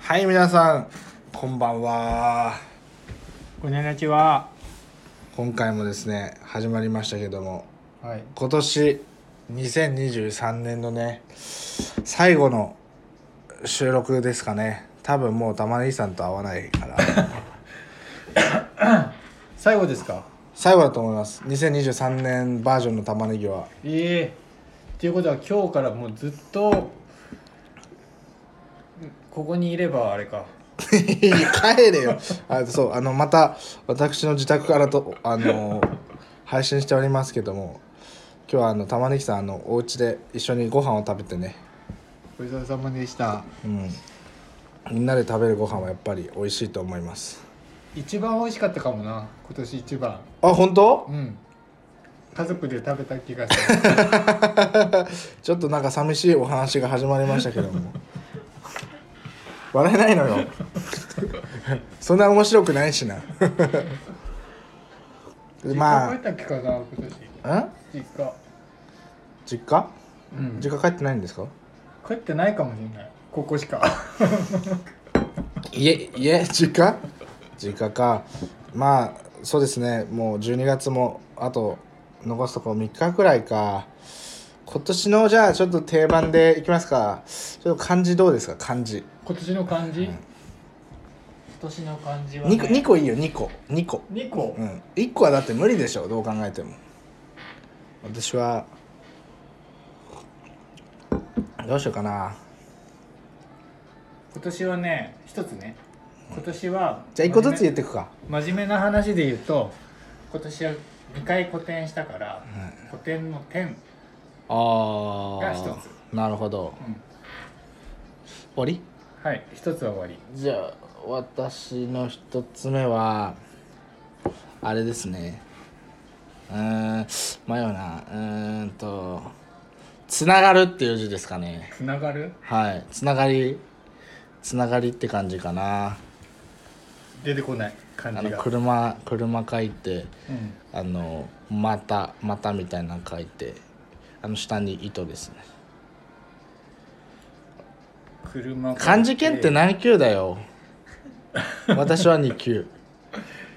はい皆さんこんばんはこんにちは。今回もですね始まりましたけどもはい。今年2023年のね最後の収録ですかね多分もう玉ねぎさんと会わないから 最後ですか。最後だと思います2023年バージョンの玉ねぎは ええっていうことは今日からもうずっとここにいればあれか。いや帰れよあそうあのまた私の自宅からとあの配信しておりますけども今日はあの玉ねぎさんあのお家で一緒にご飯を食べてね、ごちそうさまでした。うん、みんなで食べるご飯はやっぱり美味しいと思います一番美味しかったかもな。今年一番。あ本当うん。家族で食べた気がする。ちょっとなんか寂しいお話が始まりましたけども 笑えないのよ そんな面白くない しな まあ実家帰ったっけかな今ん年。実家。実家うん実家帰ってないんですか帰ってないかもしれない。ここしか。 家家 実家実家かまあそうですねもう12月もあと残すとこ3日くらいか今年のじゃあちょっと定番でいきますかちょっと漢字どうですか漢字今年の漢字。今年の漢字は、ね。 2個 ,2 個いいよ2個2個二個う。ん1個はだって無理でしょどう考えても私はどうしようかな今年はね一つね今年はじゃあ1個ずつ言っていくか真面目な話で言うと今年は2回個展したから、個展の点、あが一あなるほどうん、終わりはい一つは終わりじゃあ私の一つ目はあれですねうーん迷うなうーんと「つながる」っていう字ですかねつながるはいつながりつながりって感じかな出てこない感あじのが車車書いてうん、あの「また」「また」みたいなの書いてあの下に糸ですね車漢字検って何級だ よ私は2級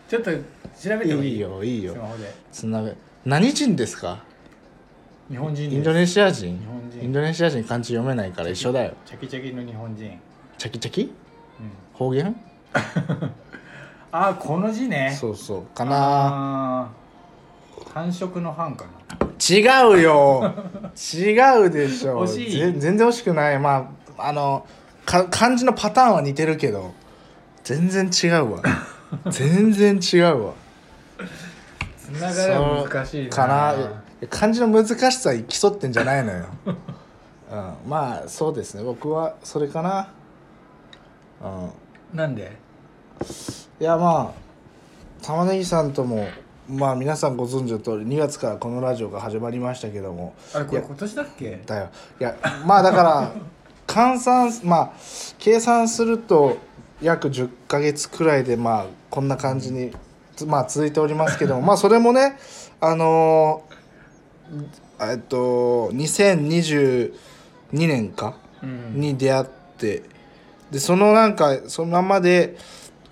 ちょっと調べいてもいいいよいいよスマホでつなが何人ですか日本人イでンすドネシア人日本人インドネシア人漢字読めないから一緒だよチャキチャキの日本人、うん、チャキチャキ方言ああこの字ねそうそうかなああ繁殖の繁かな違うよ違うでしょ 惜しいぜ全然惜しくないまああのか漢字のパターンは似てるけど全然違う わ全然違うわつながるは難しいなかな漢字の難しさに競ってんじゃないの よ、うん、まあそうですね僕はそれかなうんなんでいやまあ玉ねぎさんともまあ皆さんご存知の通り2月からこのラジオが始まりましたけどもあれこれいや今年だっけだよいやまあだから換算まあ計算すると約10ヶ月くらいでまあこんな感じに、つまあ続いておりますけどもまあそれもねあのーえっと2022年かうんに出会ってでそのなんかそのままで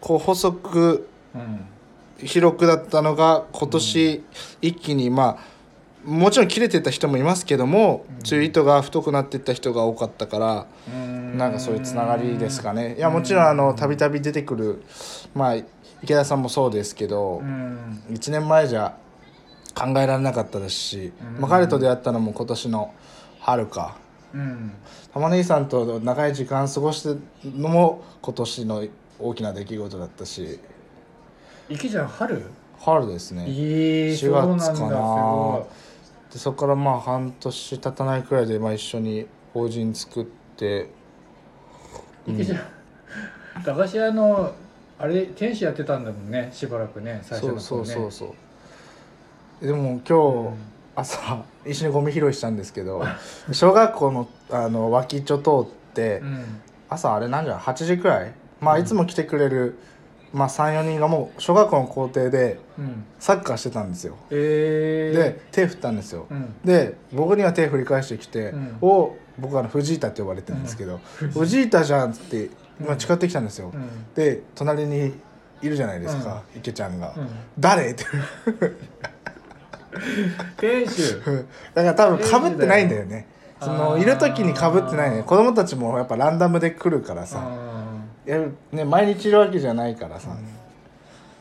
こう細くうん広くだったのが今年一気にまあもちろん切れてた人もいますけども、そういう糸が太くなっていった人が多かったから、なんかそういうつながりですかねいやもちろんあのたびたび出てくるまあ池田さんもそうですけど、うん1年前じゃ考えられなかったですし、まあ、彼と出会ったのも今年の春かうん玉ねぎさんと長い時間過ごしてのも今年の大きな出来事だったし池じゃん春春ですね。ええ4そ月かうなんだすごいなでそこからまあ半年経たないくらいでまあ一緒に法人作って池じゃん駄菓子屋のあれ店主やってたんだもんねしばらくね最初そのうそ頃ねうそうそうでも今日朝一緒にゴミ拾いしたんですけど小学校のあの脇っちょ通ってうん朝あれなんじゃない8時くらいまあいつも来てくれる、まあ、34人がもう小学校の校庭でうんサッカーしてたんですよええで手振ったんですよ、うんで僕には手振り返してきて「うんお僕はあの藤田って呼ばれてるんですけど「藤田じゃん」っつって今誓ってきたんですよ、うんで隣にいるじゃないですか、池ちゃんが「うん誰?」 って店主 だから多分かぶってないんだよねあーそのいる時にかぶってないね子供たちもやっぱランダムで来るからさ、うんやるね、毎日いるわけじゃないからさ、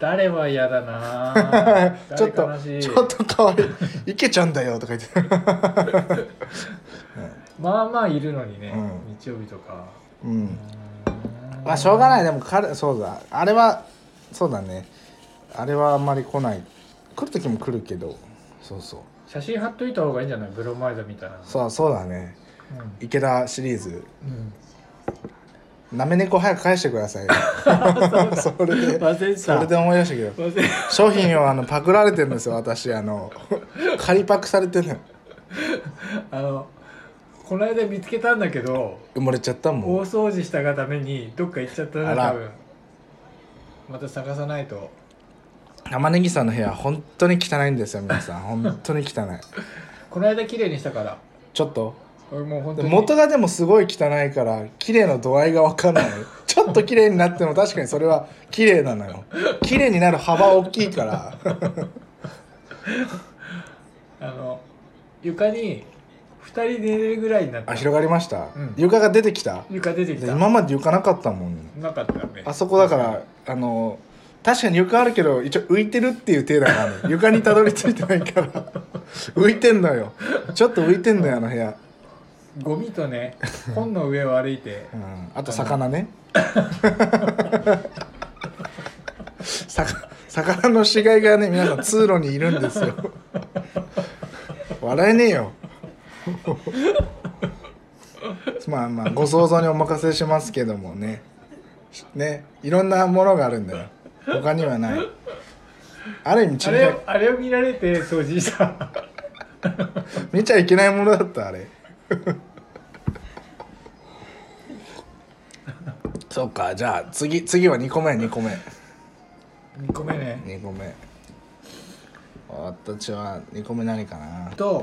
誰は嫌だな ちょっと誰悲しいちょっとかわいい「池ちゃんだよ」とか言って まあまあいるのにね、うん日曜日とかうんまあしょうがないでも彼そうだあれはそうだねあれはあんまり来ない来る時も来るけどそうそう写真貼っといた方がいいんじゃないブロマイドみたいなのそうそうだね池田シリーズうんうんなめ猫早く返してください よそれで忘れてそれで思い出したけど忘れ商品をあのパクられてるんですよ私あの仮パクされてるのあのこの間見つけたんだけど埋もれちゃったも大ん掃除したがためにどっか行っちゃったあなら多分また探さないと玉ねぎさんの部屋本当に汚いんですよ皆さん本当に汚いこの間綺麗にしたからちょっと俺もう本当でに元がでもすごい汚いから綺麗の度合いが分かんないちょっと綺麗になっても確かにそれは綺麗なのよ綺麗になる幅大きいからあの床に2人寝れるぐらいになったあ広がりました、うん床が出てきた床出てきでた今まで床なかったもん、なかったねあそこだからあの確かに床あるけど一応浮いてるっていう手だから、ね、床にたどり着いてないから 浮いてんのよちょっと浮いてんのよあの部屋、ゴミと ね本の上を歩いてうん、あと魚ね魚魚の死骸がね皆さん通路にいるんですよ笑えねえよまあまあご想像にお任せしますけどもねねいろんなものがあるんだよ他にはないある意味ちあびれをあれを見られて掃除した見ちゃいけないものだったあれ そっかじゃあ次次は2個目2個目2個目ね2個目私は2個目何かなと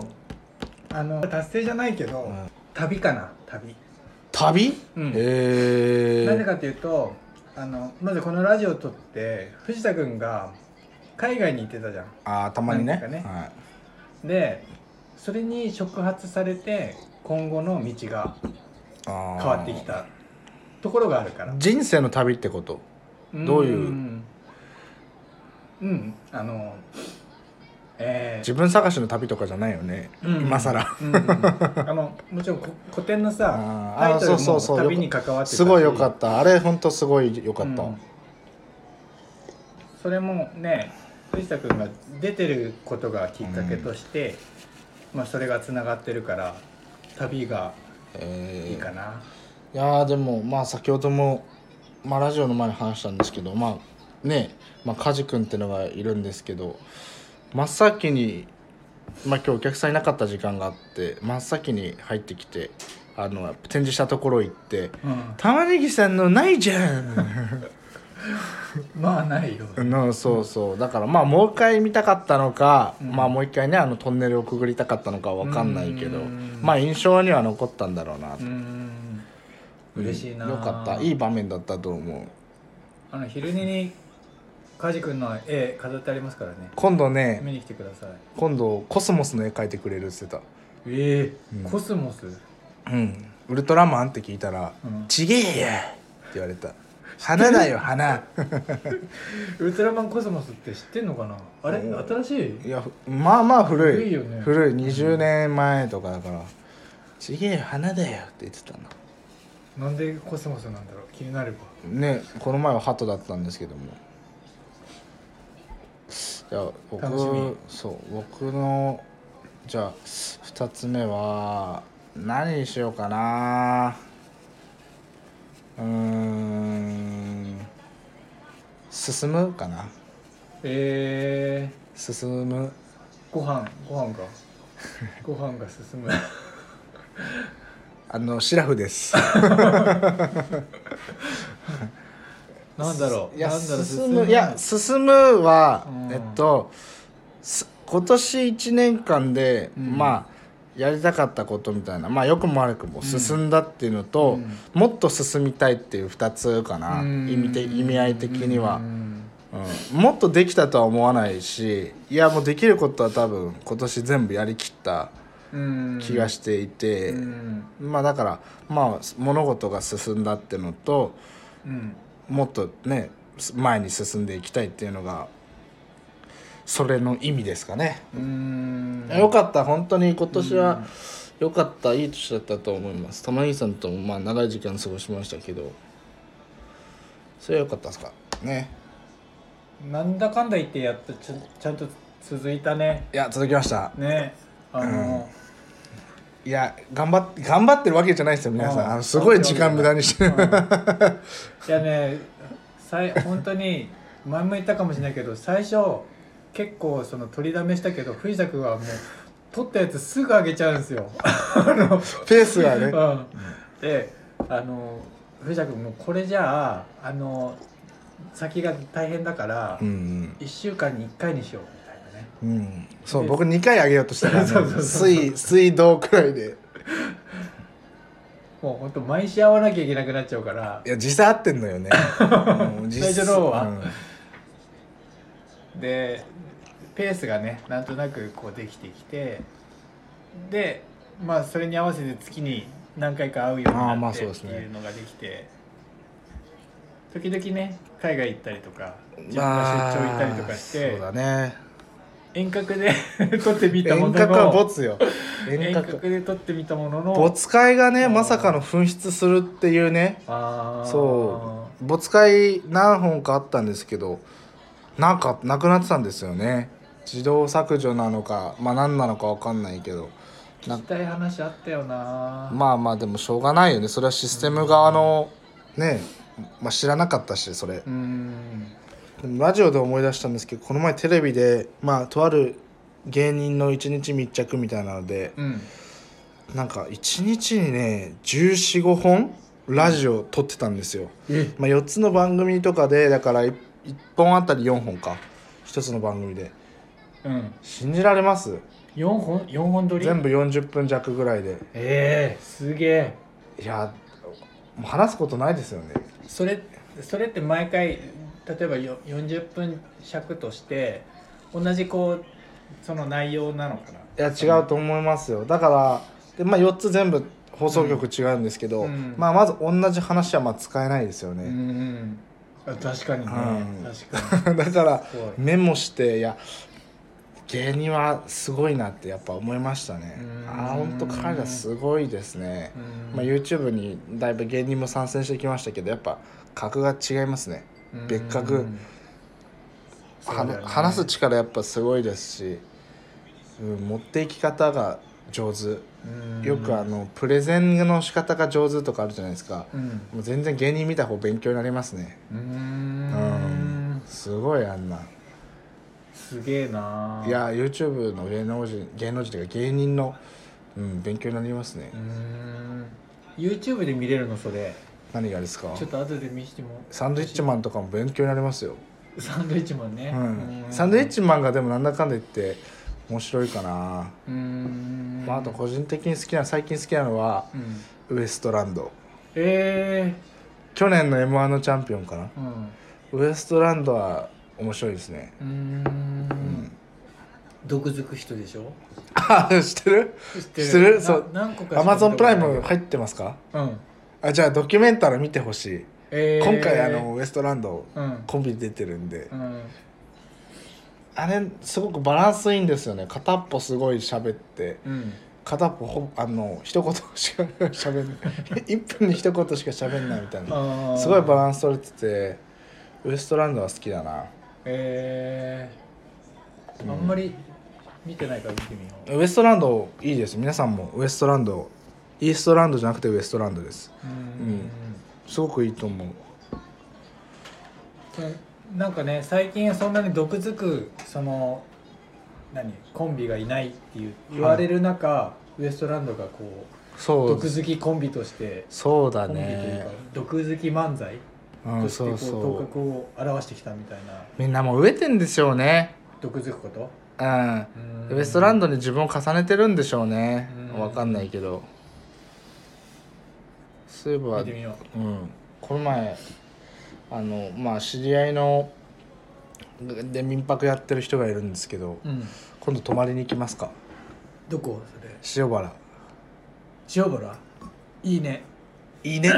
あの達成じゃないけど、ん旅かな旅旅、うんへえなぜかというとあのまずこのラジオを撮って藤田君が海外に行ってたじゃんあーたまにねなんかねはでそれに触発されて今後の道がい、あー変わってきたところがあるから人生の旅ってことどういうんうんあのえ自ー分探しの旅とかじゃないよね、うん今更うんうんあのもちろんこ古典のさ あータイトルあーそうもそうそう旅に関わってたしすごいよかったあれほんとすごいよかった、うんそれもね藤田君が出てることがきっかけとして、まあそれがつながってるから旅がえーいいかな、いやーでもまあ先ほども、まあ、ラジオの前に話したんですけどまあねまあ梶君ってのがいるんですけど真っ先に、まあ、今日お客さんいなかった時間があって真っ先に入ってきてあのやっぱ展示したところ行って「玉ねぎさんのないじゃん!うんまあないよ、」 のそうそうだからまあもう一回見たかったのか、うんまあもう一回ねあのトンネルをくぐりたかったのかわかんないけどうんまあ印象には残ったんだろうなうとーん嬉しいな、よかったいい場面だったと思う。あの昼寝に梶君の絵飾ってありますからね今度ね見に来てください今度コスモスの絵描いてくれるって言ってええうんコスモス、た「うんウルトラマン?」って聞いたらうん「ちげえや!」って言われた「花だよ花」ウルトラマンコスモスって知ってんのかなあれお新しいいやまあまあ古い古いよね古い20年前とかだから「ちげえよ花だよ」って言ってたのなんでコスモスなんだろう気になるわねこの前は鳩だったんですけどもじゃあ楽しみ僕そう僕のじゃあ2つ目は何にしようかなうーん進むかなえ進むー、ご飯ご飯がご飯が進むあのシラフです なんだろういやなんだろう進むいや進むは、うんえっとす今年1年間で、うんまあやりたかったことみたいなまあ良くも悪くも進んだっていうのと、もっと進みたいっていう2つかな、うん意味て意味合い的にはう、んうんもっとできたとは思わないしいやもうできることは多分今年全部やりきったうん気がしていて、うんまあだからまあ物事が進んだっていうのとうんもっとね前に進んでいきたいっていうのがそれの意味ですかね。うん良かった本当に今年は良かった、いい年だったと思います玉木さんともまあ長い時間過ごしましたけどそれは良かったですかねなんだかんだ言ってやっとちゃちゃんと続いたねいや続きましたねあの、いや頑張っ頑張ってるわけじゃないですよ皆さうんんあのすごい時間無駄に してるいやねさい本当に前も言ったかもしれないけど最初結構その取りだめしたけど藤田君はもう取ったやつすぐあげちゃうんですよ。ペースがねうん、であの藤田君もうこれじゃああの先が大変だから、うん一1週間に1回にしようみたいなうん、ねうん、そう僕2回あげようとしたから、 そうそうそうそう水水道くらいでもう本当毎週会わなきゃいけなくなっちゃうからいや実際合ってんのよ ね、うん最初の方はうんでペースがねなんとなくこうできてきてでまあそれに合わせて月に何回か会うようにあーまなあってそうっですてねいうのができて時々ね海外行ったりとか自分まがあ出張行ったりとかしてそうだね遠隔で 撮ってみたも遠の隔はボのツよ遠遠隔隔で撮ってみたものボのツ会がねうんまさかの紛失するっていうねあーそボツ会何本かあったんですけどなんかなくなってたんですよね自動削除なのかまあ何なのか分かんないけどな聞きたい話あったよな、まあまあでもしょうがないよねそれはシステム側のねまあ知らなかったしそれうーんでもラジオで思い出したんですけどこの前テレビでまあとある芸人の一日密着みたいなのでうんなんか1日にね1415本ラジオ撮ってたんですよ、えまあ、4つの番組とかでだから1本あたり4本か1つの番組でうん信じられます4本4本撮り全部40分弱ぐらいでええすげえいやもう話すことないですよねそれそれって毎回例えばよ40分尺として同じこうその内容なのかないや違うと思いますよだからで、まあ、4つ全部放送局違うんですけど、うんまあ、まず同じ話はまあ使えないですようね、んあ確かにね、うん確か にだからすごいメモしていや芸人はすごいなってやっぱ思いましたねうーんああほんと彼らすごいですねう、んまあ、YouTube にだいぶ芸人も参戦してきましたけどやっぱ格が違いますねうん別格うんそうだはよねな話す力やっぱすごいですし、うん、持っていき方が上手うんよくあのプレゼンの仕方が上手とかあるじゃないですかうんもう全然芸人見た方勉強になりますねうーうんんすごいあんなすげえないや YouTube の芸能人芸能人というか芸人の、うん、勉強になりますね、うーん YouTube で見れるのそれ何がですかちょっと後で見してもサンドイッチマンとかも勉強になりますよ、サンドイッチマンね、うんう、んサンドイッチマンがでもなんだかんだ言って面白いかな、うーんまあ、あと個人的に好きな最近好きなのはうんウエストランドえ去年の m 1のチャンピオンかなえうんウエストランドは面白いですねうーん毒づく人でしょあ 知ってる知ってる知ってるなそう何個かしかアマゾンプライム見た入ってますかことないうんあじゃあドキュメンタル見てほしい、えー今回あのウエストランドうんコンビ出てるんで、うんあれすごくバランスいいんですよね片っぽすごい喋ってうん片っぽほぼあの一言しか喋んない1 分に一言しか喋んないみたいなあーすごいバランス取れててウエストランドは好きだなええあんまり見てないから見てみようウエストランドいいです皆さんもウエストランドイーストランドじゃなくてウエストランドですうーうんすごくいいと思ううんなんかね最近そんなに毒づくその何コンビがいないっていう言われる中、ウエストランドがこうそう毒づきコンビとしてそうだコンビというねか毒づき漫才うとんしてそうこう頭そ角を表してきたみたいなうみんなもう飢えてんでしょうね毒づくことうんうんウエストランドに自分を重ねてるんでしょうねうんわかんないけどそういえば見てみようん、この前あのまあ知り合いので民泊やってる人がいるんですけどう、うん、今度泊まりに行きますかどこそれ塩原塩原いいねいいね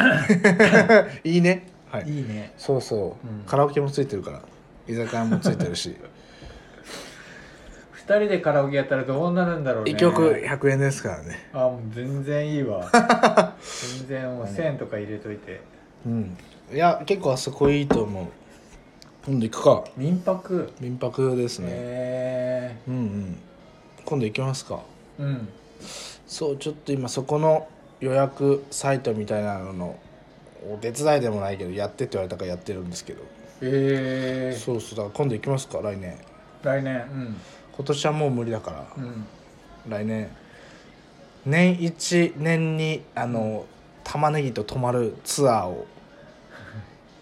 いいねはいいいねそうそう、うんカラオケもついてるから居酒屋もついてる し二人でカラオケやったらどうなるんだろうね一曲100円ですからねあもう全然い いわ全然もう1000とか入れといてうんいや結構あそこいいと思う今度行くか民泊民泊ですね、へうんうん今度行きますかえうんそうちょっと今そこの予約サイトみたいなののお手伝いでもないけどやってって言われたからやってるんですけどええそうそうだから今度行きますか来年来年今年はもう無理だから、うんうん来年年1年にあの玉ねぎと泊まるツアーを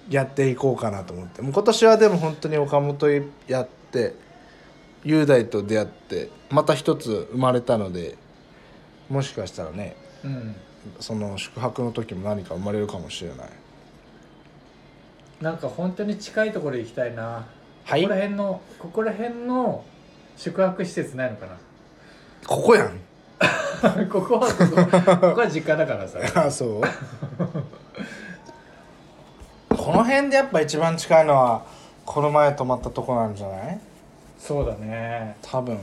やっていこうかなと思ってもう今年はでも本当に岡本やって雄大と出会ってまた一つ生まれたのでもしかしたらねうんその宿泊の時も何か生まれるかもしれないなんか本当に近いところ行きたいな、はいここら辺のここら辺の宿泊施設ないのかな ここやんここはここここは実家だからさあそう この辺でやっぱ一番近いのはこの前泊まったとこなんじゃないそうだね多分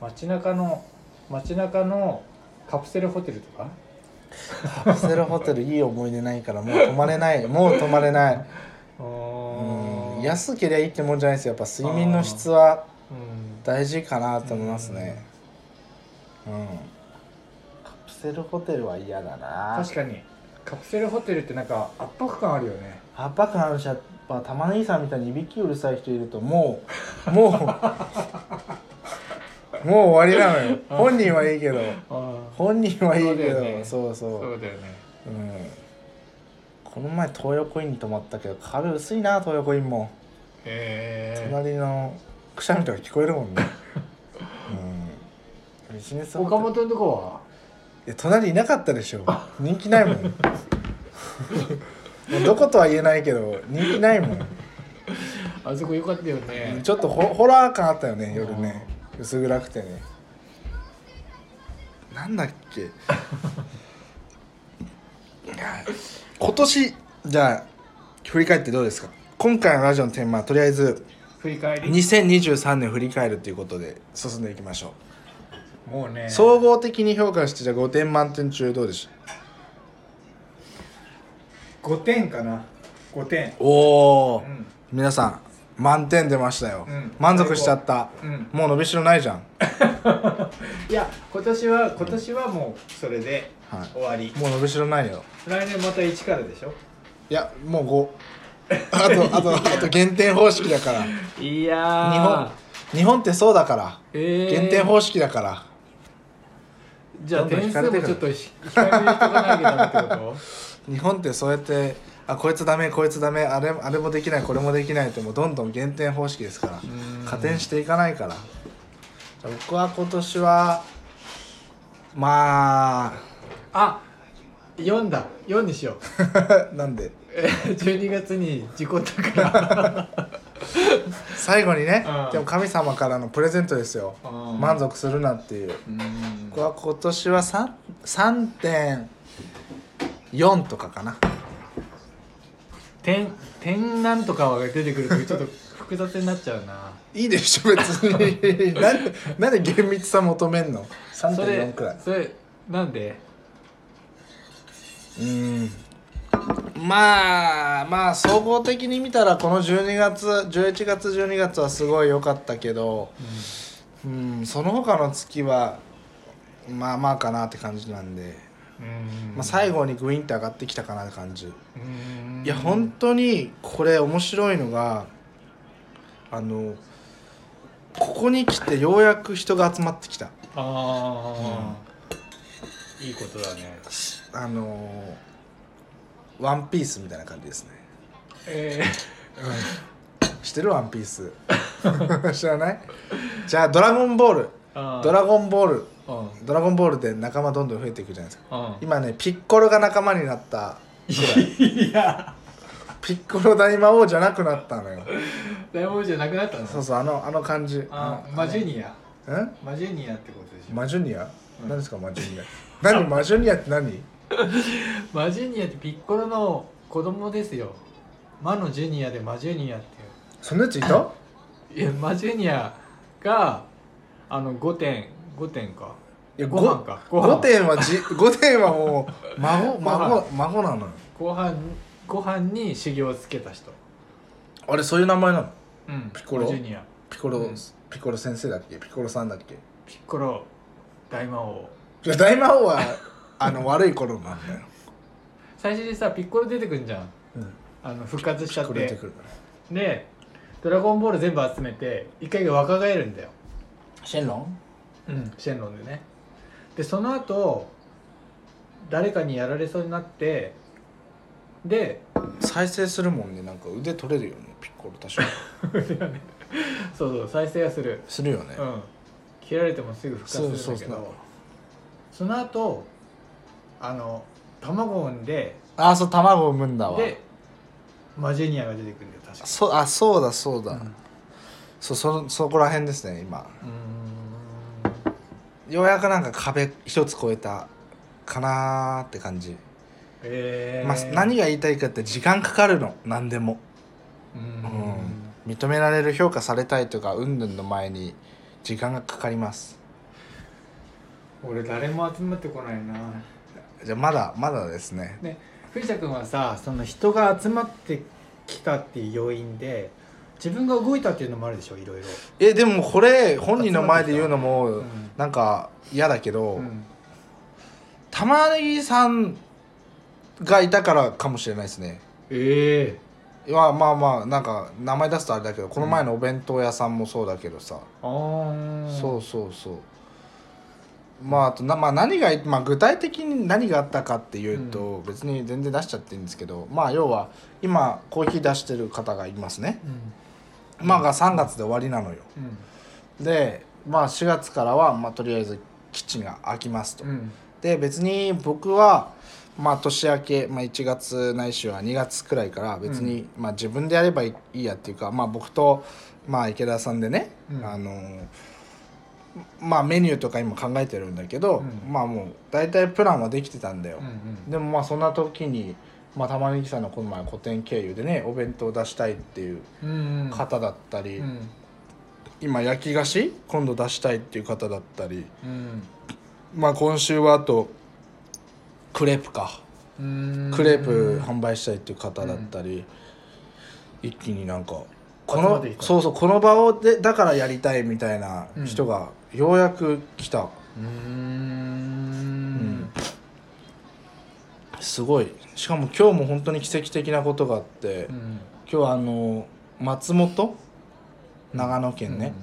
街中の街中のカプセルホテルとかカプセルホテルいい思い出ないからもう泊まれ ないもう泊まれないううんん安けりゃいいってもんじゃないですよやっぱ睡眠の質はうん大事かなと思いますねうんカプセルホテルは嫌だな確かにカプセルホテルってなんか圧迫感あるよね圧迫感あるしやっぱ玉ねぎさんみたいにいびきうるさい人いるともうもうもう終わりなのよ本人はいいけどあ本人はいいそうだけどよねそうそうそううだよねんこの前東横インに泊まったけど壁薄いな東横インもえ隣のくしゃみとか聞こえるも んねうんビジネスホテル岡本のとこはいや隣いなかったでしょ人気ないもん もうどことは言えないけど人気ないもんあそこ良かったよねちょっとホホラー感あったよね夜ね薄暗くてねなんだっ けいや今年じゃあ振り返ってどうですか今回のラジオのテーマはとりあえず振り返り2023年振り返るということで進んでいきましょもうねう総合的に評価してじゃあ5点満点中どうでし5点かな5点たおおうん皆さん満点出ましたよ、うん満足しちゃったうんもう伸びしろないじゃん いや今年は今年はもうそれではい終わり、もう伸びしろないよ来年また1からでしょいやもう5 あとあとあと減点方式だから日い本日本ってそうだからえー減点方式だから、じゃあどんどん点引か数れてもちるょっとひ控えめにしとかなきゃダメってこ日本ってそうやってあこいつダメこいつダメあれあれもできないこれもできないってもうどんどん減点方式ですからん加点していかないからじゃあ僕は今年はまあ と あ4だ4にしようなんで えー12月に事故ったから最後にね、うんでも神様からのプレゼントですよ、うん満足するなっていう うん僕は今年は3 3.4とかかな点点なんとかが出てくるとちょっと複雑になっちゃうないいでしょ別 になんでなんで厳密さ求めんのそれ3.4くらいそれなんでうんまあまあ総合的に見たらこの12月11月12月はすごい良かったけど、うん、その他の月はまあまあかなって感じなんで、うんまあ、最後にグインって上がってきたかなって感じ、うんいや本当にこれ面白いのがあのここに来てようやく人が集まってきたああ、いいことだねあのワンピースみたいな感じですねえしてるワンピース 知らないじゃあ「ドラゴンボール」「ドラゴンボール」うんう「んドラゴンボール」で仲間どんどん増えていくじゃないですか今ねピッコロが仲間になったいやピッコロ大魔王じゃなくなったのよ大王じゃなくなったのそうそうあのあの感じああのマジュニアうんマジュニアってことでしょマジュニアうん何ですかマジュニア何マジュニアって何マジュニアってピッコロの子供ですよ魔のジュニアでマジュニアっていうそんなやついたいやマジュニアがあの5点5点かいやご飯かご飯5点はじ五点はも う孫ご飯孫孫なのよご飯ご飯に修行をつけた人あれそういう名前なのうんピッコロマジュニアピコロ、うんピコロ先生だっけピコロさんだっけピッコロ大魔王いや大魔王 はあの悪い頃なんだよ、最初にさピッコロ出てくんじゃんうん、あの復活しちピゃっコロ出ててくるからで「ドラゴンボール」全部集めて一回若返るんだよシェンロンうん、シェンロンでねでその後誰かにやられそうになってで再生するもんねなんか腕取れるよねピッコロ確かにそうそう再生はする、するよね、うん、切られてもすぐ復活するんだけどそそうそそううの後あの卵を産んであそう卵を産むんだわでマジュニアが出てくるんだよ確かそうあそうだそうだ、うんそうそのそこら辺ですね今うーんようやくなんか壁一つ越えたかなーって感じ、えー、まあ、何が言いたいかって時間かかるの何でも、うーうんん、認められる評価されたいとかうんぬんの前に時間がかかります俺誰も集まってこないなじゃあまだまだですねね、藤田君はさその人が集まってきたっていう要因で自分が動いたっていうのもあるでしょいろいろ、えでもこれ本人の前で言うのもんなんか嫌だけど、うん玉ねぎさんがいたからかもしれないですねええいやまあまあなんか名前出すとあれだけどこの前のお弁当屋さんもそうだけどさ、ああそうそうそうまああとな、まあ、何が、まあ、具体的に何があったかっていうと、別に全然出しちゃっていいんですけどまあ要は今コーヒー出してる方がいますねうんまあが3月で終わりなのようんでまあ4月からは、まあ、とりあえずキッチンが開きますと、うんで別に僕はまあ年明け、まあ、1月ないしは2月くらいから別に、まあ自分でやればいいやっていうか、まあ、僕と、まあ、池田さんでね、うんあのまあメニューとか今考えてるんだけど、うんまあもう大体プランはできてたんだよう、んでもまあそんな時に、まあ、玉ねぎさんのこの前個展経由でねお弁当を出したいっていううんうん方だったり、うん今焼き菓子今度出したいっていう方だったりうんまあ今週はあとクレープか。うんクレープ販売したいっていう方だったり、一気になんかこ集まっのてきたそうそうこの場をでだからやりたいみたいな人がようやく来た、うーんすごいしかも今日も本当に奇跡的なことがあって、うん今日あの松本長野県ね、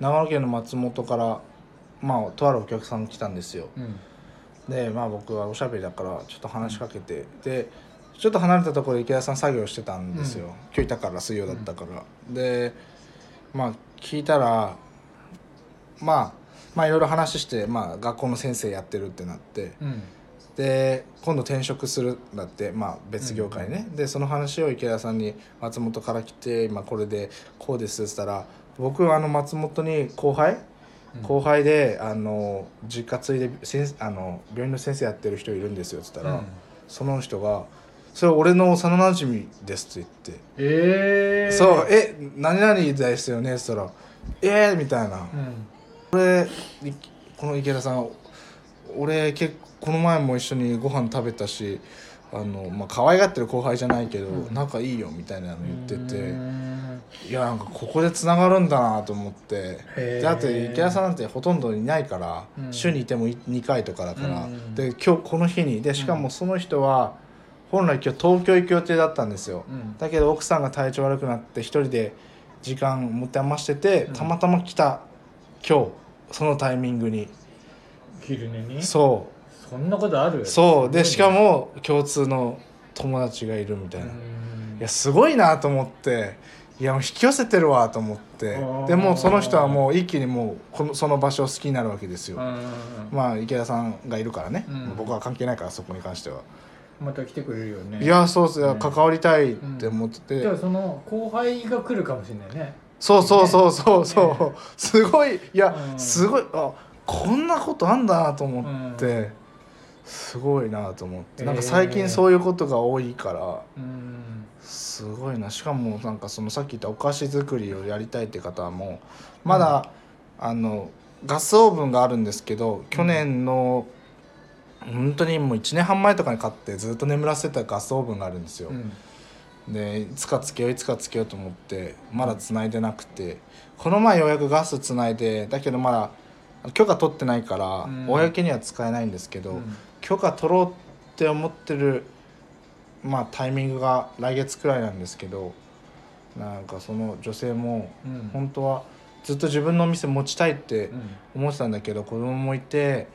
長野県の松本からまあとあるお客さん来たんですようんでまあ僕はおしゃべりだからちょっと話しかけてでちょっと離れたところで池田さん作業してたんですよ、うん今日いたから水曜だったから、でまあ聞いたらまあまあいろいろ話して、まあ、学校の先生やってるってなってうんで今度転職するんだって、まあ、別業界ね、でその話を池田さんに「松本から来て今これでこうです」っつったら僕はあの松本に後輩うん後輩であの実家継いで先あの病院の先生やってる人いるんですよっつったら、うんその人が「それ俺の幼なじみです」って言ってえ「えそうえ何々ですよね」っつったら「えー」みたいなう、んいこの池田さん俺結構この前も一緒にご飯食べたしあのまあ可愛がってる後輩じゃないけど、うん仲いいよみたいなの言ってて。うんいやなんかここでつながるんだなと思ってへーだって池田さんなんてほとんどいないから、うん週にいても2回とかだから、うんで今日この日にでしかもその人は本来今日東京行く予定だったんですよ、うんだけど奥さんが体調悪くなって一人で時間持て余しててうんたまたま来た今日そのタイミングに、昼寝にそそんなことあるうそうでしかいも共通の友達がいるみたいな、うんいやすごいなと思っていやもう引き寄せてるわと思ってあーでもうその人はもう一気にもうこのその場所を好きになるわけですよ、うんまあ池田さんがいるからね、うん僕は関係ないからそこに関しては、また来てくれるよねいやそうっすようん関わりたいって思ってて、でもその後輩が来るかもしれないねそうそうそうそうそう、すごいいや、うんすごいあこんなことあんだなと思って、すごいなと思って、なんか最えー近そういうことが多いからうんすごいなしかもなんかそのさっき言ったお菓子作りをやりたいって方はもうまだ、あのガスオーブンがあるんですけど去年の、本当にもう1年半前とかに買ってずっと眠らせてたガスオーブンがあるんですよ、うんでいつかつけよういつかつけようと思ってまだ繋いでなくてこの前ようやくガス繋いでだけどまだ許可取ってないから、うん公には使えないんですけど、うん許可取ろうって思ってる、まあ、タイミングが来月くらいなんですけどなんかその女性もうん本当はずっと自分のお店持ちたいってうん思ってたんだけど子供もいて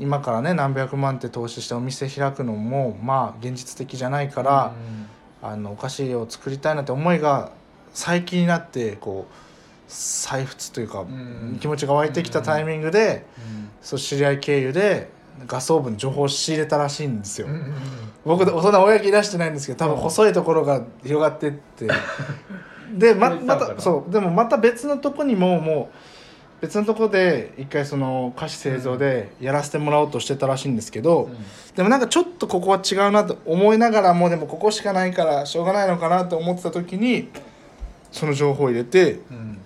今からね何百万って投資してお店開くのもまあ現実的じゃないから。うんあのお菓子を作りたいなって思いが最近になってこう再発というか、ん気持ちが湧いてきたタイミングで、そう知り合い経由でガスオーブン情報を仕入れたらしいんですよ。うんうんうん僕大人親父いらしてないんですけど多分うん細いところが広がってって でまそまれ行ったのかたなそうでもまた別のとこにももう別のとこで一回その菓子製造でやらせてもらおうとしてたらしいんですけど、うんでもなんかちょっとここは違うなと思いながらもうでもここしかないからしょうがないのかなと思ってた時にその情報を入れてうん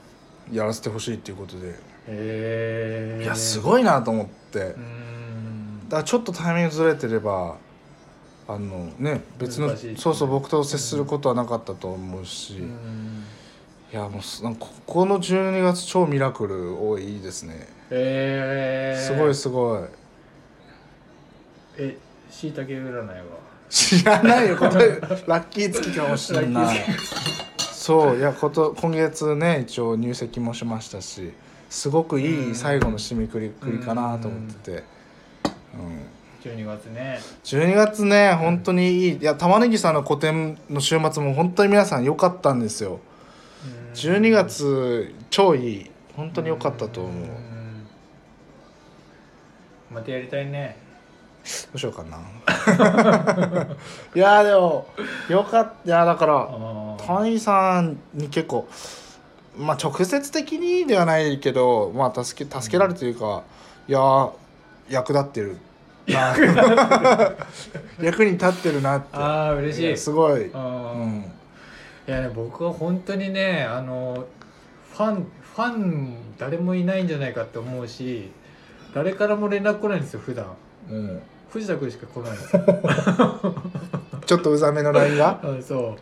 やらせてほしいっていうことで、へえいやすいごいなと思って、だうかんらちょっとタイミングずれてればあのね別の難しいそうそう僕と接することはなかったと思うし、ういんやもうすなんかここの12月超ミラクル多いですね、へえすごいすごいえしいたけ占いは知らないよ 今年ラッキー月かもしれないそういやこと今月ね一応入籍もしましたしすごくいい最後の締めくりくりかなと思ってて、うん、 12月ね12月ね本当にいいいや玉ねぎさんの個展の週末も本当に皆さん良かったんですようん12月超いい本当に良かったと思うどんまたやりたいねうしようかないやでも良かったいやだから、あー谷さんに結構まあ直接的にではないけどまあ助け助けられてるというか、いやー役立ってるな 役に立ってるなってあー嬉しいやすごい、うあーん、いやね僕は本当にねあのファンファン誰もいないんじゃないかって思うし誰からも連絡来ないんですよ普段うん、藤田君しか来ない んですよちょっとうざめのラインがあそう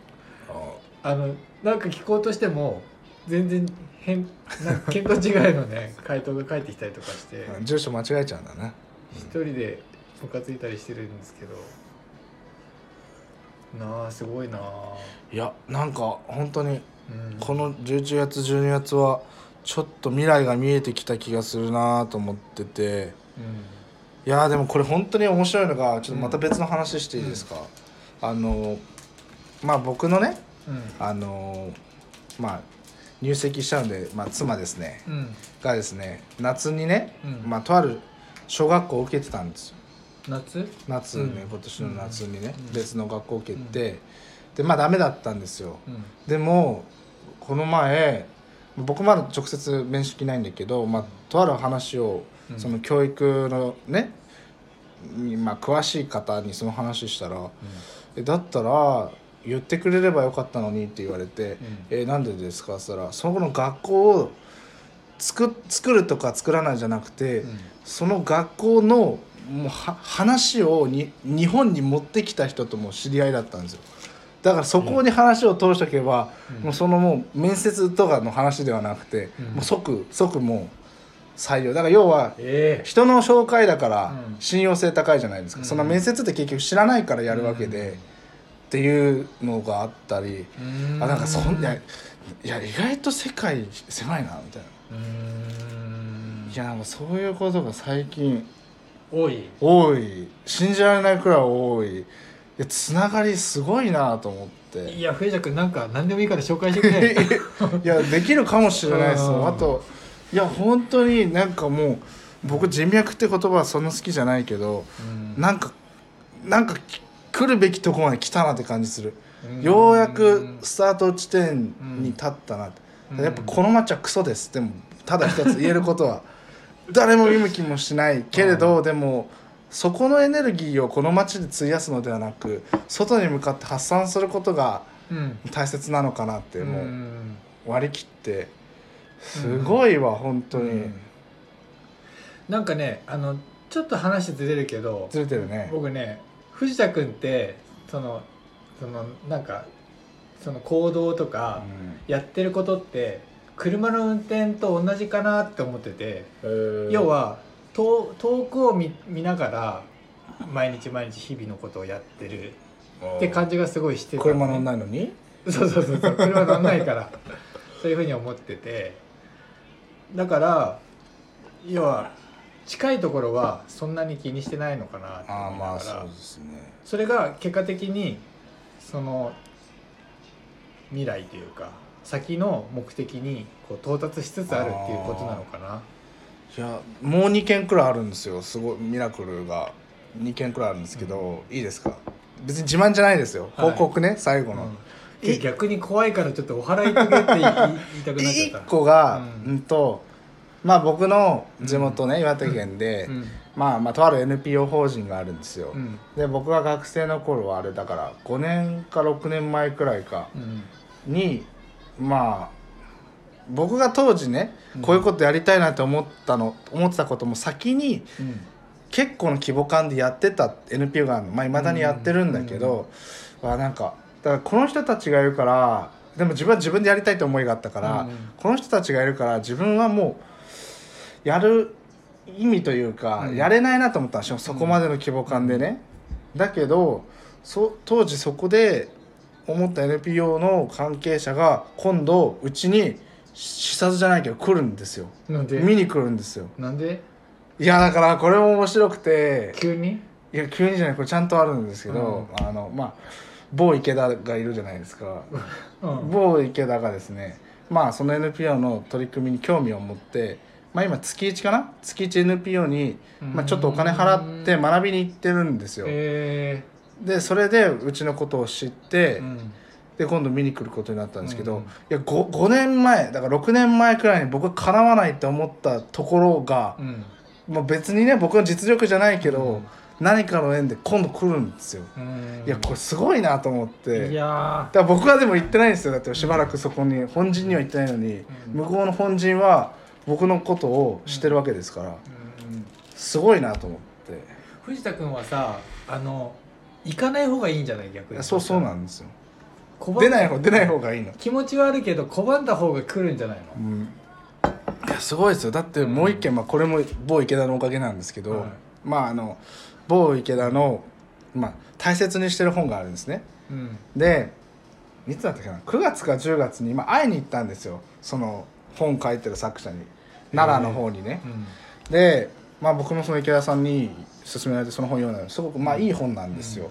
あのなんか聞こうとしても全然変なんか見当違い のね回答が返ってきたりとかしてうん住所間違えちゃうんだね一人でムカついたりしてるんですけどなあすごいなあ、いやなんか本当にうん、この11月12月はちょっと未来が見えてきた気がするなと思ってて。ういやーでもこれ本当に面白いのがちょっとまた別の話していいですか、あのーまあ僕のねんあのーまあ入籍したので、まあ、妻ですねうんうんがですね夏にね、うんまあとある小学校を受けてたんですよ夏夏ね、うん今年の夏にね、うん別の学校を受けて、でまあダメだったんですようんでもこの前僕まだ直接面識ないんだけど、まあ、とある話をうんその教育のね、にまあ、詳しい方にその話したら「えだったら言ってくれればよかったのに」って言われて「えなんでですか?」っつったら「そこの学校を作作るとか作らないじゃなくて、うんその学校のもうは話をに日本に持ってきた人とも知り合いだったんですよだからそこに話を通しておけば、うんもうそのもう面接とかの話ではなくて、うんもう即即もう採用だから要はええ人の紹介だからうん信用性高いじゃないですか、うんその面接って結局知らないからやるわけで、うんっていうのがあったり、うーあなんかそんないやいや意外と世界狭いなみたいな、うーんいやなんかそういうことが最近多い多い信じられないくらい多いやつながりすごいなと思っていや藤田君なんか何でもいいから紹介してくれ いやできるかもしれないですうんよあといや本当になんかもう僕人脈って言葉はそんな好きじゃないけどうんなんかなんかき来るべきとこまで来たなって感じするうんようやくスタート地点に立ったなってうんやっぱこの街はクソですでもただ一つ言えること は誰も見向きもしないけれどでもそこのエネルギーをこの街で費やすのではなく外に向かって発散することがうん大切なのかなってもう。ん割り切ってすごいわ、本当に、うんなんかねあのちょっと話ずれるけどずれてるね僕ね藤田君ってそのそのなんかその行動とかやってることって車の運転と同じかなって思ってて、うん要は遠遠くを見見ながら毎日毎日日々のことをやってるって感じがすごいしてたのね車乗んないのに そうそうそうそう車乗んないからそういうふうに思っててだから要は近いところはそんなに気にしてないのかなって思いながらですねそれが結果的にその未来というか先の目的にこう到達しつつあるっていうことなのかないやもう2件くらいあるんですよすごいミラクルが2件くらいあるんですけど、いいですか別に自慢じゃないですよはい報告ね、最後の、うんい逆に怖いからちょっとお祓いとけって言い言いたくなっちゃった1個が、ううんん、とまあ僕の地元ね、岩手県で、うんまあまあとある NPO 法人があるんですよ、うんで僕が学生の頃はあれだから5年か6年前くらいかうんにまあ僕が当時ねうんこういうことやりたいなって思ったの、思ってたことも先にうん結構の規模感でやってた NPO があるのまあいまだにやってるんだけうんうど、まあなんかだからこの人たちがいるからでも自分は自分でやりたいって思いがあったから、うんうんこの人たちがいるから自分はもうやる意味というか、うんやれないなと思ったんですよそこまでの規模感でね。だけどそ当時そこで思った NPO の関係者が今度うちに視察じゃないけど来るんですよなんで見に来るんですよなんでいやだからこれも面白くて急にいや急にじゃないこれちゃんとあるんですけど、あのまあ某池田がいるじゃないですか、うん某池田がですねまあその NPO の取り組みに興味を持ってまあ今月1かな月1 NPO に、まあ、ちょっとお金払って学びに行ってるんですよ、えでそれでうちのことを知って、ーうんで今度見に来ることになったんですけど、うんいや 5, 5年前だから6年前くらいに僕はかなわないって思ったところがう、んまあ、別にね僕の実力じゃないけど、うん何かの縁で今度来るんですよ、うんいやこれすごいなと思っていやだから僕はでも行ってないんですよだってしばらくそこに本陣には行ってないのに、うん向こうの本陣は僕のことを知ってるわけですから、ーうんすごいなと思って藤田君はさあの行かない方がいいんじゃない逆いにやそうそうなんですよ拒ん出ない方出ない方がいいの、気持ちはあるけど拒んだ方が来るんじゃないのうん、いやすごいですよだってもう一件、まあ、これも某池田のおかげなんですけど、はいまああの某池田の、まあ、大切にしてる本があるんですねうんでいつだったかな9月か10月に、まあ、会いに行ったんですよその本書いてる作者に奈良の方にね、うんで、まあ、僕もその池田さんに勧められてその本読んだのすごくまあいい本なんですよ、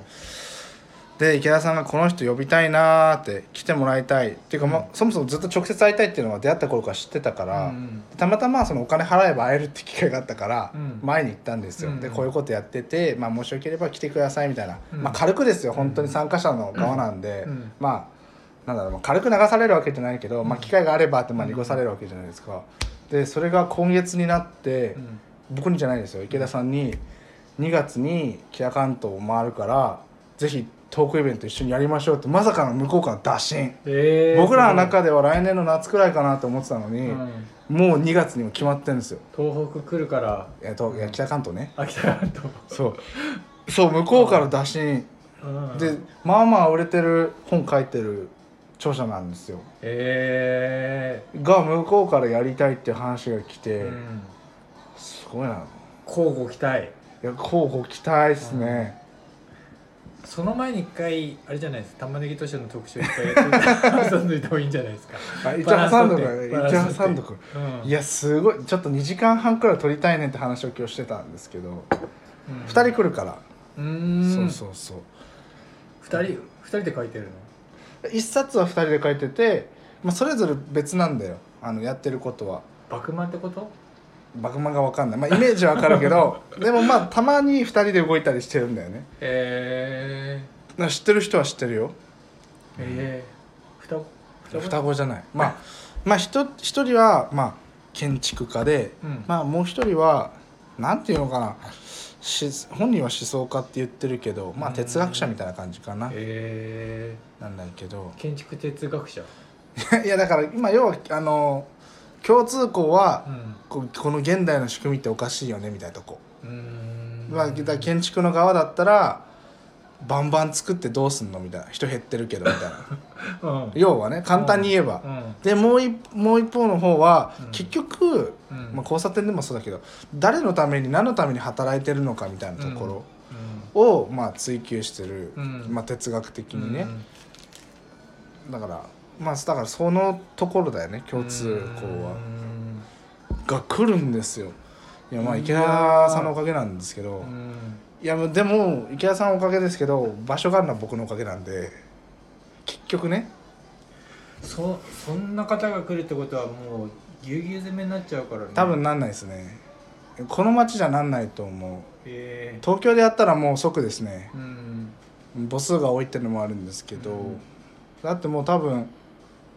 で池田さんがこの人呼びたいなーって来てもらいたいっていうか、まあ、そもそもずっと直接会いたいっていうのは出会った頃から知ってたから、うんたまたまそのお金払えば会えるって機会があったからうん前に行ったんですよ、うんでこういうことやってて、まあ、もしよければ来てくださいみたいな、うんまあ、軽くですよ本当に参加者の側なんで、うんまあなんだろうまあ軽く流されるわけじゃないけど、まあ、機会があればってまあ濁されるわけじゃないですか。でそれが今月になって、うん僕にじゃないですよ池田さんに2月に紀ア関東を回るからぜひトークイベント一緒にやりましょうってまさかの向こうから打診、えー僕らの中では来年の夏くらいかなと思ってたのうに、んもう2月にも決まってるんですよ東北来るからえっといや北関東ね秋田半島そうそう向こうから打診、うんでまあまあ売れてる本書いてる著者なんですよえが向こうからやりたいっていう話が来て、ーうんすごいな交互期待いやこうご期待ですね、その前に一回あれじゃないですか玉ねぎ都市の特集一回や って挟んどいた方がいいんじゃないですかあ一応挟んどくバランス取って一応挟んどくバランス取ってうんいやすごいちょっと2時間半くらい撮りたいねって話を今日してたんですけど、うん2人来るから、うーんそうそうそう二人二人で書いてるの一冊は二人で書いてて、まあ、それぞれ別なんだよあのやってることは爆満ってことバクマが分かんない、まあ、イメージは分かるけ どでもまあたまに二人で動いたりしてるんだよねえだから知ってる人は知ってるよー、えー、双子双子じゃないまあまあ一一人はまあ建築家で、うんまあもう一人はなんていうのかなし本人は思想家って言ってるけどまあうん哲学者みたいな感じかな、えなんだけど ー、建築哲学者いやだから今要はあの共通項はう、んここの現代の仕組みっておかしいよねみたいなとこ、うーんまあ、だから建築の側だったらバンバン作ってどうすんのみたいな人減ってるけどみたいなうん要はね簡単に言えば、うんでもう一もう一方の方は、うん結局、うんまあ、交差点でもそうだけど誰のために何のために働いてるのかみたいなところうんを、まあ、追求してる、うんまあ、哲学的にね、だからまあだからそのところだよね共通項は。うんが来るんですよいやまあいやー池田さんのおかげなんですけうどんいやでも池田さんのおかげですけど場所があるのは僕のおかげなんで結局ねそそんな方が来るってことはもうぎゅうぎゅう詰めになっちゃうからね多分なんないですねこの町じゃなんないと思うえ東京でやったらもう即ですねー、うん母数が多いってのもあるんですけど、うんだってもう多分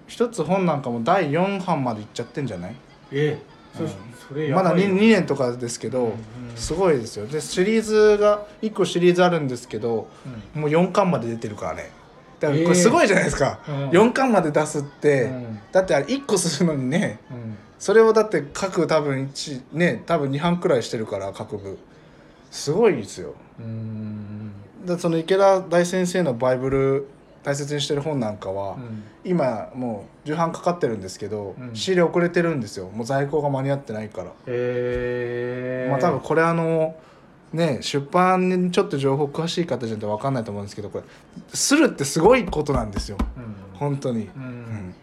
一つ本なんかも第4版までいっちゃってんじゃないえそ,、うんそれやまだばい 2, 2年とかですけど、うんすごいですよでシリーズが1個シリーズあるんですけどうんもう4巻まで出てるからねだからこえれえすごいじゃないですか、うん4巻まで出すって、うんだってあれ1個するのにねうんそれをだって各多分1ね多分2版くらいしてるから各部すごいですようんだその池田大先生のバイブル大切にしてる本なんかは、うん今もう重版かかってるんですけど、うん仕入れ遅れてるんですよもう在庫が間に合ってないから、えー、まあ多分これあのね出版にちょっと情報詳しい方じゃないと分かんないと思うんですけどこれするってすごいことなんですよう本当に、ん、ううんん、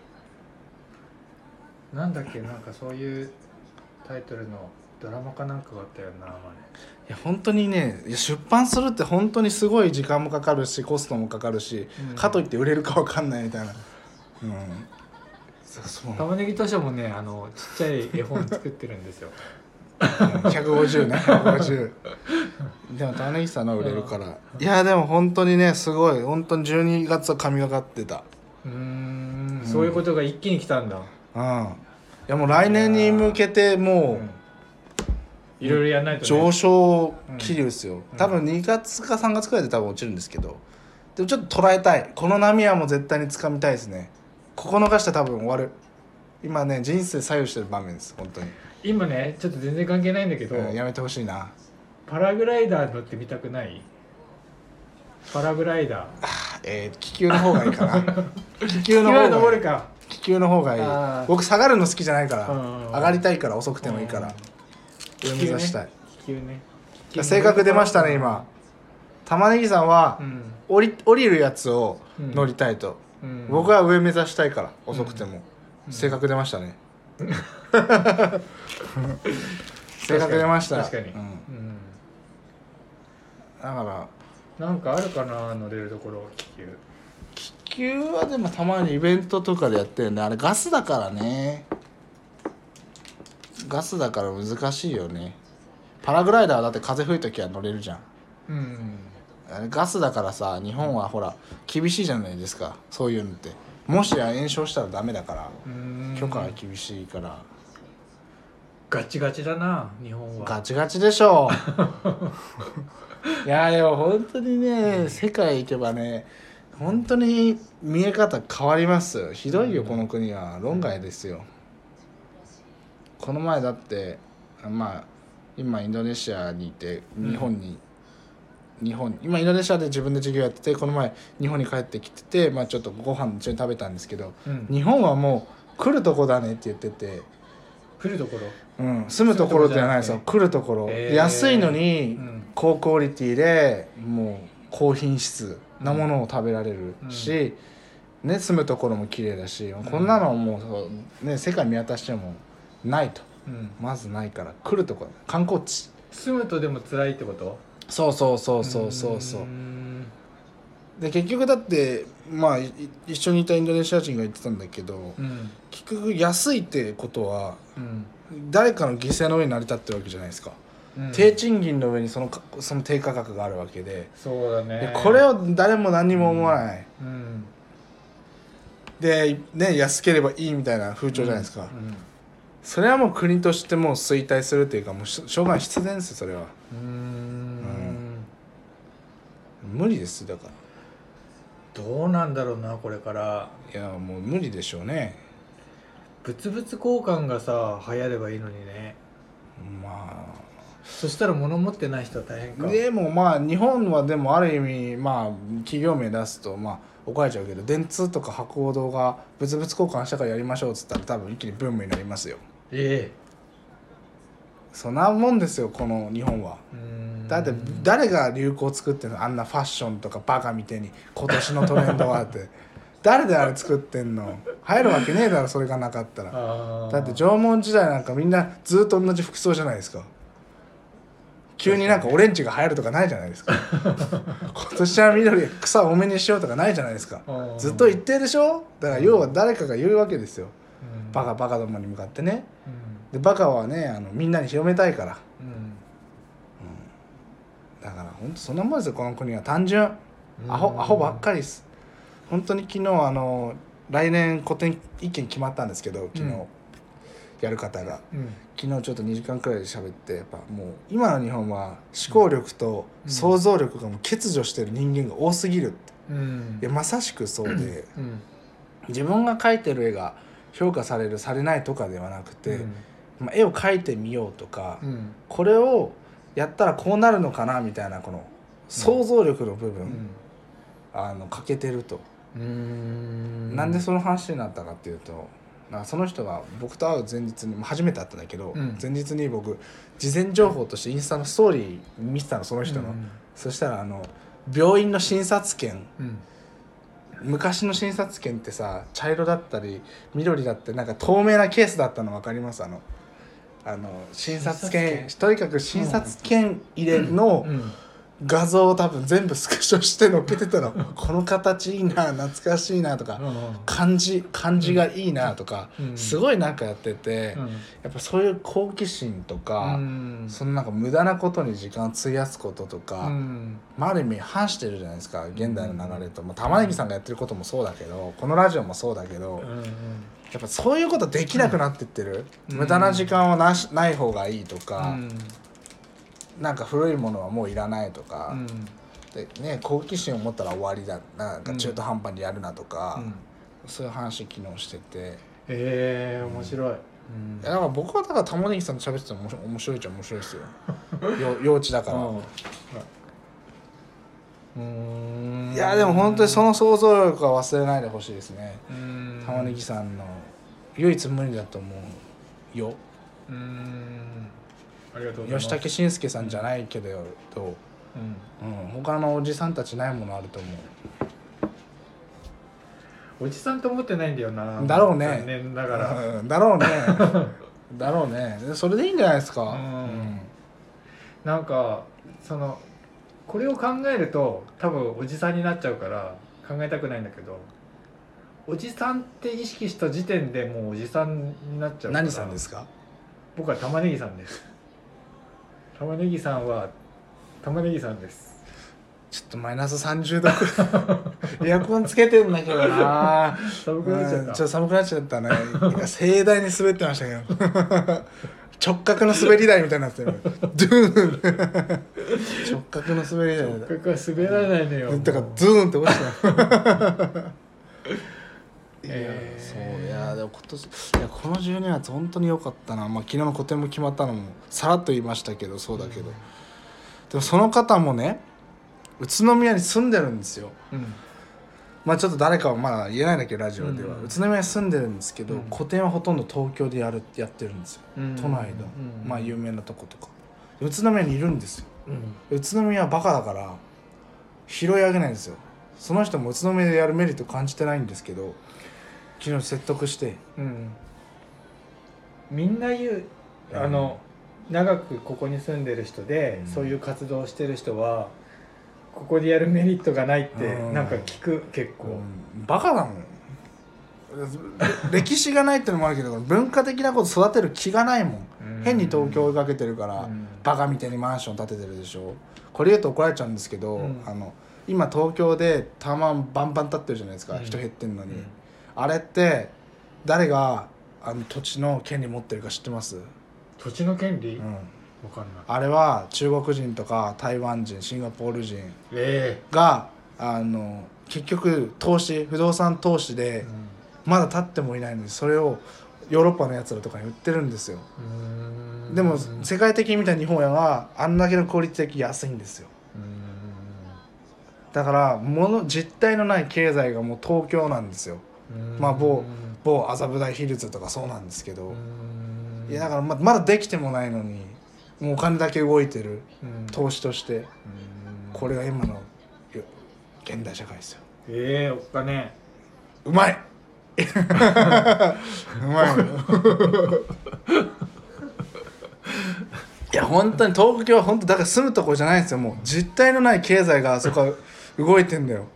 なんだっけなんかそういうタイトルのドラマかなんかがあったよな前いや本当にねいや出版するって本当にすごい時間もかかるしコストもかかるし、うんかといって売れるか分かんないみたいな、うん、そうそう玉ねぎ図書もねあのちっちゃい絵本作ってる んですよ150ね150でも種木さんのは売れるからいやでも本当にねすごい本当に12月は神がかってたうーんそういうことが一気に来たんだ、うんいやもう来年に向けてもうんいろいろやらないうと、ね、上昇気流ですようん多分2月か3月くらいで多分落ちるんですけどでもちょっと捉えたいこの波はもう絶対に掴みたいですねここ逃したら多分終わる今ね人生左右してる場面です本当に、今ねちょっと全然関係ないんだけど、うんやめてほしいなパラグライダー乗ってみたくないパラグライダーえー気球の方がいいか な気球の方今がいい登るか気球の方があいーい僕下がるの好きじゃないからうん上がりたいから遅くてもいいかうんら上目指したい気球ね気球ね性格出ましたね今玉ねぎさんはうん、降り降りるやつをうん乗りたいとうん、僕は上目指したいからん遅くてもうん性格出ま したね性格出ました確かに、う確かにんうんだからなんかあるかな乗れるところ気球気球はでもたまにイベントとかでやってるねあれガスだからねガスだから難しいよねパラグライダーはだって風吹いた時は乗れるじゃんうんあれガスだからさ日本はほら厳しいじゃないですかそういうのってもしや炎症したらダメだからうん許可は厳しいからガチガチだな日本はガチガチでしょういやでも本当にね世界行けばね本当に見え方変わりますよひどいよこの国は論外ですよこの前だってまあ今インドネシアにいて日本に、日本に今インドネシアで自分で授業やっててこの前日本に帰ってきてて、まあ、ちょっとご飯一緒に食べたんですけどうん、日本はもう来るとこだねって言ってて。来るところうん、住むところじゃないですよ来るところ、えー安いのに、うん高クオリティでもう高品質なものを食べられるし、ね、住むところも綺麗だし、こんなのもうそう、ね、世界見渡してもないとうん、まずないから来るところ観光地住むとでも辛いってことそうそうそうそうそうそうーんで結局だってまあい一緒にいたインドネシア人が言ってたんだけどうん結局安いってことはうん誰かの犠牲の上に成り立ってるわけじゃないですか、うん低賃金の上にそのかその低価格があるわけでそうだねでこれを誰も何にも思わない、うんで、ね、安ければいいみたいな風潮じゃないですか、それはもう国としてもう衰退するというかもうしょうがない必然ですよそれはうんうんうん無理ですだかどうなんだろうなこれかららいやもう無理でしょうね物々交換がさ流行ればいいのにねまあそしたら物持ってない人は大変かでもまあ日本はでもある意味まあ企業名出すとまあ怒られちゃうけど電通とか博報堂が物々交換したからやりましょうっつったら多分一気にブームになりますよえそんなもんですよこの日本はえうんだって誰が流行作ってんのあんなファッションとかバカみてえに今年のトレンドはって 誰であれ作ってんの入るわけねえだろそれがなかったらあーだって縄文時代なんかみんなずっと同じ服装じゃないですか急になんかオレンジが流行るとかないじゃないですか今年は緑草多めにしようとかないじゃないですかうんずっと一定でしょだから要は誰かが言うわけですようんバカバカどもに向かってねうんでバカはねあのみんなに広めたいからうんだから本当そんなもんですよこの国は単純アホうんアホばっかりです本当に昨日あの来年個展一件決まったんですけど昨日、うんやる方がうん昨日ちょっと2時間くらいで喋ってやっぱもう今の日本は思考力と想像力がもう欠如してる人間が多すぎるってうんいやまさしくそうでうん自分が描いてる絵が評価されるされないとかではなくて、うんまあ、絵を描いてみようとか、うんこれをやったらこうなるのかなみたいなこの想像力の部分、あの欠けてると、うんなんでその話になったかっていうとなんかその人が僕と会う前日にまあ初めて会ったんだけど、うん前日に僕事前情報としてインスタのストーリー見てたのその人の、うんそしたらあの病院の診察券うん昔の診察券ってさ茶色だったり緑だってなんか透明なケースだったの分かりますあのあの診察券診察とにかく診察券入れのうん画像を多分全部スクショして載っけて たのこの形いいな懐かしいなとか漢字漢字がいいなとか、うんすごいなんかやってて、やっぱそういう好奇心とか、うんそのなんか無駄なことに時間を費やすこととか、うんまあ、ある意味反してるじゃないですか現代の流れと、まあ、玉ねぎさんがやってることもそうだけどこのラジオもそうだけど、うやんっぱそういうことできなくなってってる、うん無駄な時間はなしない方がいいとうか、んなんか古いものはもういらないとかう、んでね、好奇心を持ったら終わりだなんか中途半端にやるなとかう、んそういう話昨日してて、ええ面白いうんいやだから僕はだから玉ねぎさんと喋ってても面白い面白いっちゃ面白いですよ よ幼稚だから。うんいやでも本当にその想像力は忘れないでほしいですね。うん玉ねぎさんの唯一無二だと思うようんありがとうございます吉武慎介さんじゃないけど、うんうん、他のおじさんたちないものあると思おじさんと思ってないんだよなだろうね残念ながらう、うん、だろうね だろうねそれでいいんじゃないですか、うんなんかそのこれを考えると多分おじさんになっちゃうから考えたくないんだけどおじさんって意識した時点でもうおじさんになっちゃうから何さんですか僕は玉ねぎさんです玉ねぎさんは玉ねぎさんですちょっとマイナス30度くら いエアコンつけてんだけどな寒くなっちゃっうんたちょっと寒くなっちゃったね いや盛大に滑ってましたけど 直角の滑り台みたいになってる ドゥーン 直角の滑り台だ僕は滑らないのよだからもうズーンって落ち たいやえーそういやでも今年いやこの12月本当に良かったな、まあ、昨日の個展も決まったのもさらっと言いましたけどそうだけど、でもその方もね宇都宮に住んでるんですようんまあちょっと誰かはまだ言えないんだけどラジオでは、うん宇都宮に住んでるんですけど、うん個展はほとんど東京でやるやってるんですよ、うん都内の、うんまあ有名なとことか宇都宮にいるんですようん宇都宮はバカだから拾い上げないんですよその人も宇都宮でやるメリット感じてないんですけど昨日説得してうんみんな言うあの長くここに住んでる人で、うんそういう活動をしてる人はここでやるメリットがないってうんなんか聞く結構、うん バカなの歴史がないってのもあるけど文化的なこと育てる気がないもんうん変に東京追いかけてるから、うんバカみたいにマンション建ててるでしょこれ言うと怒られちゃうんですけど、うんあの今東京でタワマンバンバン建ってるじゃないですか、うん人減ってんのに、うんあれって誰があの土地の権利持ってるか知ってます、土地の権利、うわんかんないあれは中国人とか台湾人シンガポール人えがあの結局投資不動産投資えでまだ立ってもいないのにそれをヨーロッパのやつらとかに売ってるんですようんでもうん世界的に見た日本やはあんだけのクオリティ的安いんですよだからもの実体のない経済がもう東京なんですようんまあ某某麻布台ヒルズとかそうなんですけどうんいやだからままだできてもないのにもうお金だけ動いてるうん投資としてうんこれが今のよ現代社会ですよええおっかね うまいうまいいや本当に東京は本当だから住むとこじゃないんですよもう実体のない経済があそこは動いてんだよ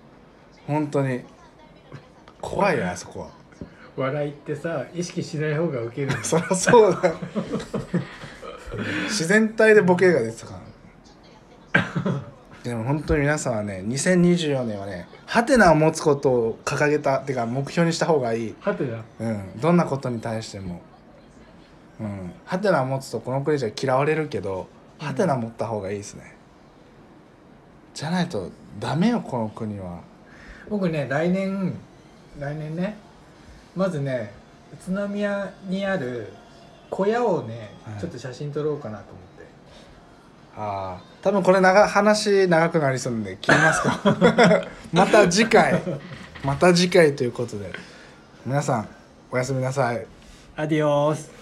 本当に怖いよあそこは笑いってさ意識しない方がウケるん だそりゃそうだよ自然体でボケが出てたからでも本当に皆さんはね2024年はねハテナを持つことを掲げたっていうか目標にした方がいいはてなうん、どんなことに対しても、うん、ハテナ持つとこの国じゃ嫌われるけどうんハテナ持った方がいいですね、じゃないとダメよこの国は僕ね来年来年ねまずね宇都宮にある小屋をね、はいちょっと写真撮ろうかなと思ってああ多分これ長話長くなりそうなんで切りますかまた次回また次回ということで皆さんおやすみなさいアディオース